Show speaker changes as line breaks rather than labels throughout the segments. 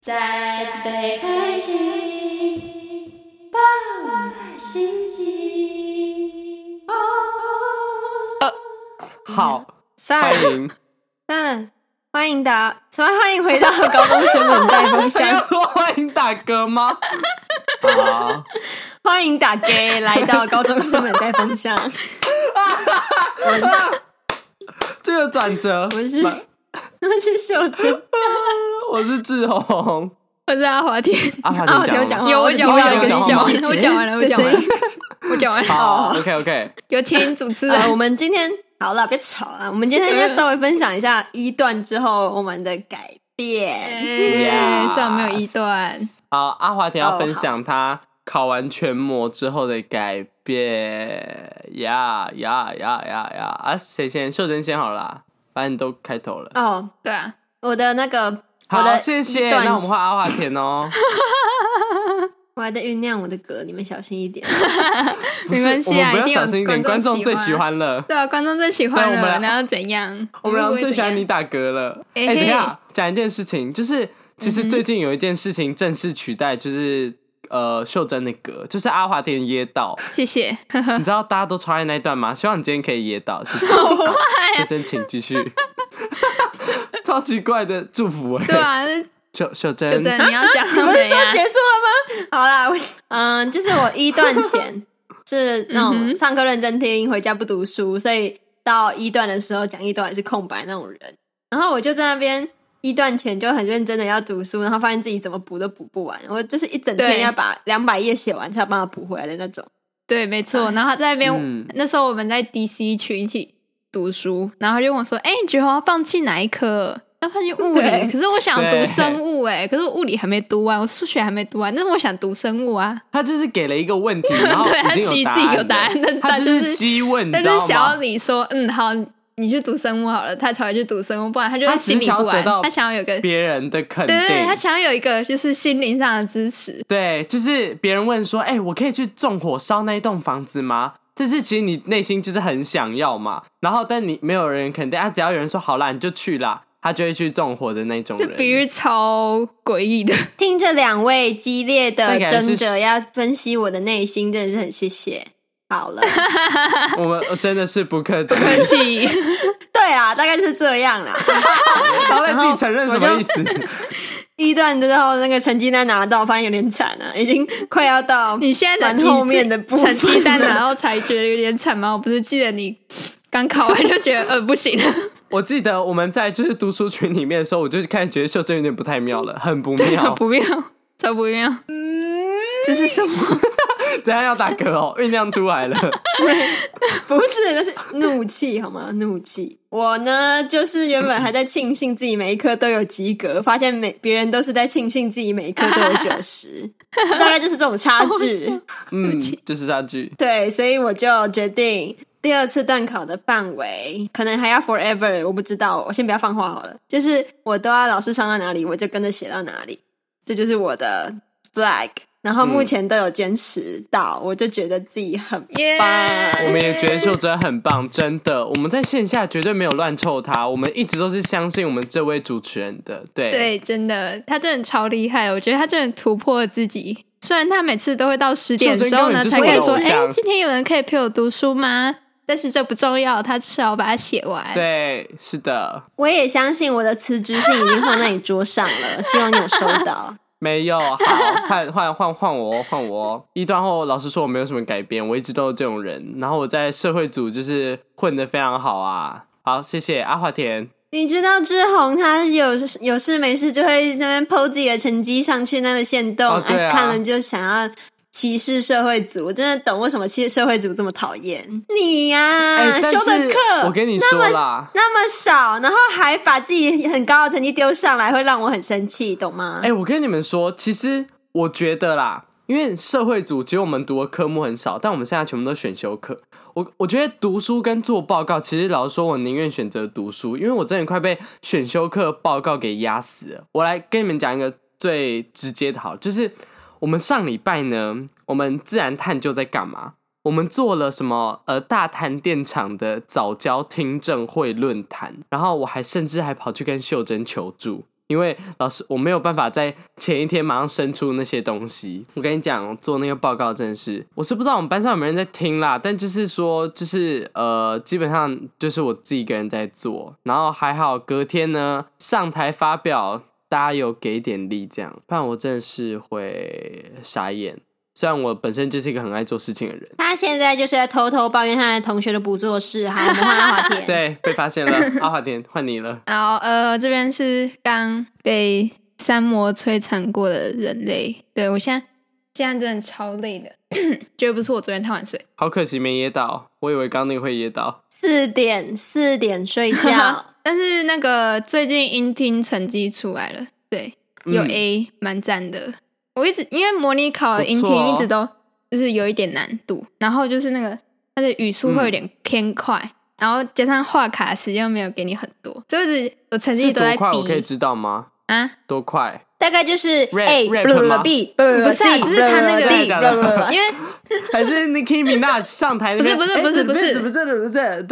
再次被开启，爆满心机。
好，
三
欢 迎，
三，欢迎打，什么欢迎回到高中生们 带风
想
箱，
说欢迎大哥吗？好，
欢迎打 gay 来到高中生们带风箱。
这个转折，
我是
蛮
我是秀珍，
我是志 宏，
我是阿华田，
阿华
啊，我
田
有
讲
讲
吗
话，
有我
只听
讲
完
到
了
一个
我讲
细节
完了我讲完了我
的
讲完了
声音
我讲完了，
好
哦
，OK OK，
有请主 持
呃，
啊
人。
我们今天好了，别吵了。我们今天要稍微分享一下一段之后我们的改变。
嗯
哎
Yes
虽然没有一段，
好，阿华田要
哦
分享他考完全模之后的改变，呀呀呀呀呀！啊，谁先？秀珍先好啦，反正你都开头了。
哦，
对啊，
我的那个，我
好，
的
谢
一
谢。
段
那我们换阿华田 哦。
我还在酝酿我的歌，你们小心一点。
不是
没关系啊
我们不
一定
要小
有
心一点，观
观众
众最
喜欢
喜欢了。
对啊，观众最喜欢
对我们
了，
俩
然后怎样？
我们
如
俩
果
最喜欢
怎
你
样。
打嗝了。哎、
哎
等一
嘿嗯
下，讲一件事情，就是其实最近有一件事情正式取代，就是、呃秀珍的歌，就是阿华田噎 到。
谢谢，
你知道大家都超爱那一段吗？希望你今天可以噎到，谢谢。
啊
秀珍，请继续。 超奇怪的祝福哎、
对啊，
秀秀珍，
就这你要讲啊
你
什
不
么
是说
呀？
嗯
结束了吗？好啦，我啊嗯，就是我一段 前是那
嗯
种
哼
上课认真听，回家不读书，所以到一段的时候讲一段也是空白那种人。然后我就在那边一段前就很认真的要读书，然后发现自己怎么补都补不完，我就是一整天
对
要把两百页写完才有办法补回来的那种。
对，没错。然后在那边，
嗯
那时候我们在 DC 群一起读书，然后他就问我说：“哎、你觉得我要放弃哪一科？”要放弃物理，
对
可是我想
对
读生物哎、可是我物理还没读完，我数学还没读完，但是我想读生物啊。
他就是给了一个问 题，然后
对他
已经
其实
有
自己有
答
答
案
案
了，
但是
他
他
就
就是
是激嗯问，你
但
知
是
道吗？
想要你说，嗯，好，你去读生物好了，他才会去读生物，不然他就
他
会
只是
心里
想
不
要得
安，
到
他想要有个，对
别人的肯定，
对对，他想要有一个就是心灵上的支持，
对，就是别人问说：“哎、我可以去纵火烧那一栋房子吗？”但是其实你内心就是很想要嘛，然后但你没有人肯定啊，只要有人说好啦，你就去啦，他就会去纵火的那种
这
人。
比喻超诡异的，
听着两位激烈的
那感觉
争
是
着要分析我的内心，真的是很谢谢。好 了，
我们真的是不客气，
客气，
对啦，大概是这样啦。
然后自己承认什
然后
么
我
意思？
一段之后，那个成绩单拿到，发现有点惨啊了，已经快要到
你现在的
蛮后面的部分
成绩单 拿到才觉得有点惨吗？我不是记得你刚考完就觉得呃不行了，
我记得我们在就是读书群里面的时候，我就开始觉得秀珍有点不太妙了，很不妙。
不妙，超不妙，这是什么？
等一下要打嗝哦，酝酿出来了。
不是，那是怒气好吗？怒气。我呢，就是原本还在庆幸自己每一科都有及格，发现每别人都是在庆幸自己每一科都有九十，大概就是这种差距。
嗯
不起，
就是那句。
对，所以我就决定第二次段考的范围，可能还要 forever，我不知道，我先不要放话好了。就是我都要老师上到哪里，我就跟着写到哪里，这就是我的 flag。然后目
嗯
前都有坚持到，我就觉得自己很
耶
棒。
我们也觉得秀珍很棒，真的。我们在线下绝对没有乱凑她，我们一直都是相信我们这位主持人的。对，
对，真的，他真的超厉害，我觉得他真的突破了自己。虽然他每次都会到十点的时候呢，
秀
才
珍根
可
本
以
就是
说：“
我的偶
哎、
像
今天有人可以陪我读书吗？”但是这不重要，他至少把它写完。
对，是的，
我也相信我的辞职信已经放在你桌上了，希望你有收到。
没有。好，换换换换我，换我。一段后，老实说，我没有什么改变，我一直都是这种人。然后我在社会组就是混得非常好啊。好，谢谢阿华田。
你知道志宏他有有事没事就会在那边 PO 自己的成绩上去那个线动，
哦对啊
哎看了就想要歧视社会组，我真的懂为什么歧视社会组这么讨厌你呀、
哎但
嗯修的
是
课
我跟你
那
说
么
啦
那么少，然后还把自己很高的成绩丢上来，会让我很生气，懂吗？
哎、我跟你们说，其实我觉得啦，因为社会组其实我们读的科目很少，但我们现在全部都选修课。我我觉得读书跟做报告，其实老实说，我宁愿选择读书，因为我真的快被选修课报告给压死了。我来跟你们讲一个最直接的，好了，就是我们上礼拜呢，我们自然探究在干嘛？我们做了什么？呃，大潭电厂的早教听证会论坛，然后我还甚至还跑去跟秀珍求助，因为老师我没有办法在前一天马上生出那些东西。我跟你讲，做那个报告真的是，我是不知道我们班上有没有人在听啦，但就是说，就是呃，基本上就是我自己一个人在做，然后还好隔天呢上台发表，大家有给一点力，这样，不然我真的是会傻眼。虽然我本身就是一个很爱做事情的人，
他现在就是在偷偷抱怨他的同学都不做事。好，我们换阿华田。
对，被发 现了，阿华田换你了。
然后呃，这边是刚被三魔摧残过的人类。对我现在现在真的超累的， 绝对不是我昨天太晚睡。
好可惜没噎到，我以为刚那个会噎到。
四点四点睡觉，
但是那个最近音听成绩出来了，对，有
嗯
A，蛮赞的。我一直因为模拟考的音
不错
听
哦
一直都就是有一点难度，然后就是那个它的语速会有点偏快，
嗯
然后加上画卡时间又没有给你很多，就是我成绩
是
都
多
在
快？我可以
逼
知道吗？
啊，
多快？
大概就是
Rap-
A
rap
不
吗
B
不是啊就是他那个
B
真的假的
因为
还是 Nicki Minaj 上台那边？哎
不是不是
不是
不是
不是不是不是，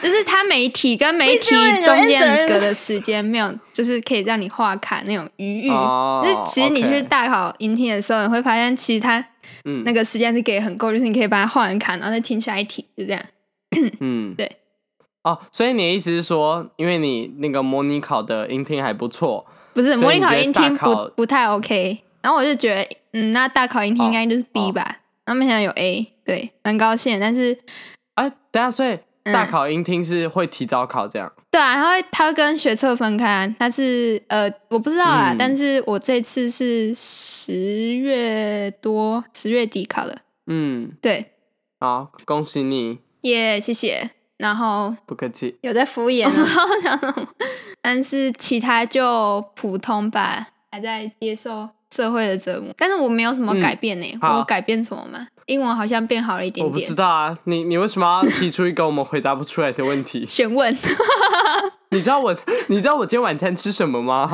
就是它媒体跟媒体中间隔的时间没有，就是可以让你画卡那种余裕。
哦
就是其实你
OK
去大考音听的时候，你会发现其实它
嗯
那个时间是给得很够，就是你可以把它画完卡，然后再听下一题，就这样。
嗯，
对。
哦，所以你的意思是说，因为你那个模拟考的音听还不错，
不是
所以
模拟考
你觉得
音
大
听
考
不不太 OK，然后我就觉得，嗯，那大考音
哦
听应该就是 B 吧，然后没想到有 A，对，蛮高兴的。但是
哎、等一下，所以
嗯
大考音听是会提早考这样。
对啊，他会他会跟学测分开啊，他是呃我不知道啦，
嗯
但是我这次是十月多十月底考的，
嗯，
对，
好，恭喜你，
耶、谢谢。然后
不客气。
有在敷衍啊
哦
但是其他就普通吧，还在接受社会的折磨，但是我没有什么改变呢、
嗯好
我改变什么吗？英文好像变好了一点
我不
点？
知。道啊，你你为什么要提出一个我们回答不出来的问题
选问，
你知道我你知道我今天晚餐吃什么吗？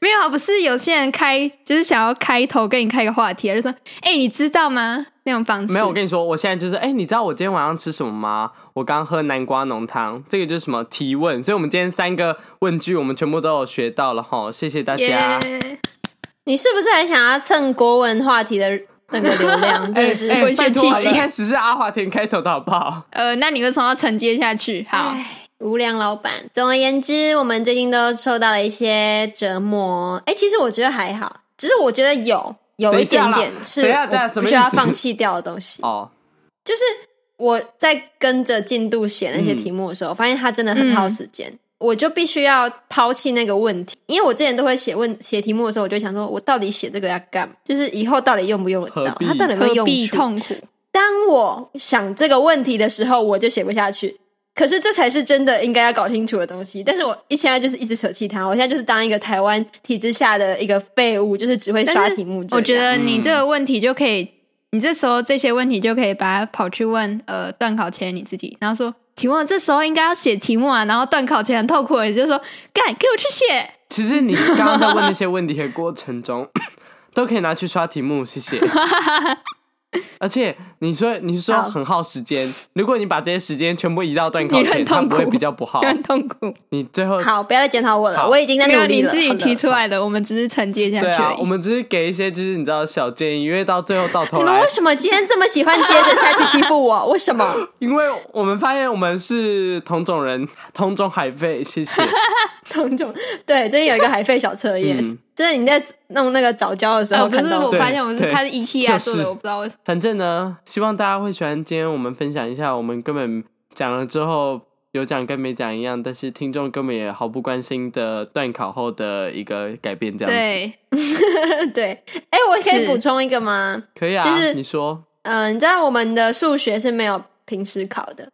没有啊，不是有些人开就是想要开头跟你开个话题啊，就说：“哎、你知道吗？”那种方式
没有，我跟你说，我现在就是，哎、你知道我今天晚上吃什么吗？我刚喝南瓜浓汤，这个就是什么提问，所以我们今天三个问句，我们全部都有学到了哈，谢谢大家。哎
耶
你是不是还想要蹭国文话题的那个流量？真
哎
的是，
哎，
文学
拜托
气
啊
息
一开始是阿华田开头的好不好？
呃，那你会从要承接下去。好，
无良老板。总而言之，我们最近都受到了一些折磨。哎、其实我觉得还好，只是我觉得有有
等
一
一下
点
啦
点是
等一下等一下
我
什
必
么
须要
意思
放弃掉的东西，
哦，
就是我在跟着进度写
嗯
那些题目的时候，我发现它真的很耗时间。我就必须要抛弃那个问题，因为我之前都会写问写题目的时候，我就想说，我到底写这个要干嘛？就是以后到底用不用得
何
到？
必
它到底有没有
何
用
必
处
痛苦？
当我想这个问题的时候，我就写不下去。可是这才是真的应该要搞清楚的东西。但是我一现在就是一直舍弃它，我现在就是当一个台湾体制下的一个废物，就是只会 刷
但是
题目这
我
样。
觉得你
嗯
这个问题就可以，你这时候这些问题就可以把它跑去问呃段考前你自己，然后说，请问我这时候应该要写题目啊？然后段考前很痛苦了，你就说，干，给我去写。
其实你刚刚在问那些问题的过程中， 都可以拿去刷题目，谢 谢。而且你说你说
好
很耗时间，如果你把这些时间全部移到段考
你很
前，它
痛
不会
苦
比较不好
就。很痛苦，
你最后
好，不要再检讨我了，
好
我已经在
没有
努力
你
了。
自己
好了
提出来的，我们只是承接下
对
去而
啊，
已。
我们只是给一些就是你知道小建议，因为到最后到头
你们
来
为，什么今天这么喜欢接着下去欺负我？为什么？
因为我们发现我们是同种人， 同种海费，谢 谢。
同种对，最近有一个海费小测验，
嗯
真的你在弄那个早教的时
呃，
候
不
看
是，
到
我
的。
发现我是 E
对
他是 IKEA 做
就
的，
是
我啊不知道为什么。
反正呢，希望大家会喜欢今天我们分享一下，我们根本讲了之后有讲跟没讲一样，但是听众根本也毫不关心的断考后的一个改变，这样子
对，
对，哎、我可以
是
补充一个吗？
可以啊？
就是
你说，
嗯、你知道我们的数学是没有平时考的，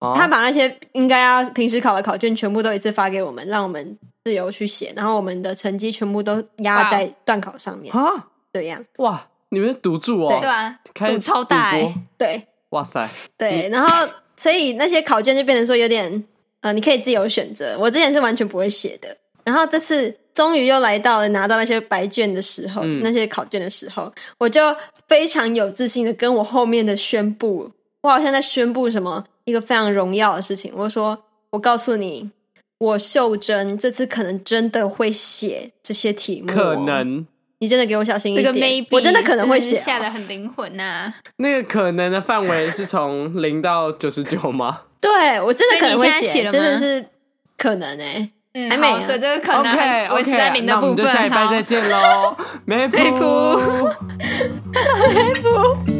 哦、
他把那些应该要平时考的考卷全部都一次发给我们，让我们自由去写，然后我们的成绩全部都压在段考上面，
啊，
这样
哇，你们是赌注哦，
对啊，
开
赌超大
赌博
欸
对
哇 塞，嗯
对，然后所以那些考卷就变成说有点呃，你可以自由选择。我之前是完全不会写的，然后这次终于又来到了拿到那些白卷的时候，
嗯
是那些考卷的时候，我就非常有自信的跟我后面的宣布，我好像在宣布什么一个非常荣耀的事情。我说，我告诉你，我秀珍这次可能真的会写这些题目哦、
可能
你真的给我小心一
这
点，
个 maybe
我真的可能会
是
写、
下
啊
的。很灵魂啊呐、
那个可能的范围是从零到九十九吗？
对我真的可能会
所以你现在写了吗
真的是可能哎、
嗯，
还没
好
啊
所以这个可能还是
OK，
维持在
OK，
零
那
的
我们
部
就
分。
下一拜
好
再见喽，梅
佩
普
服。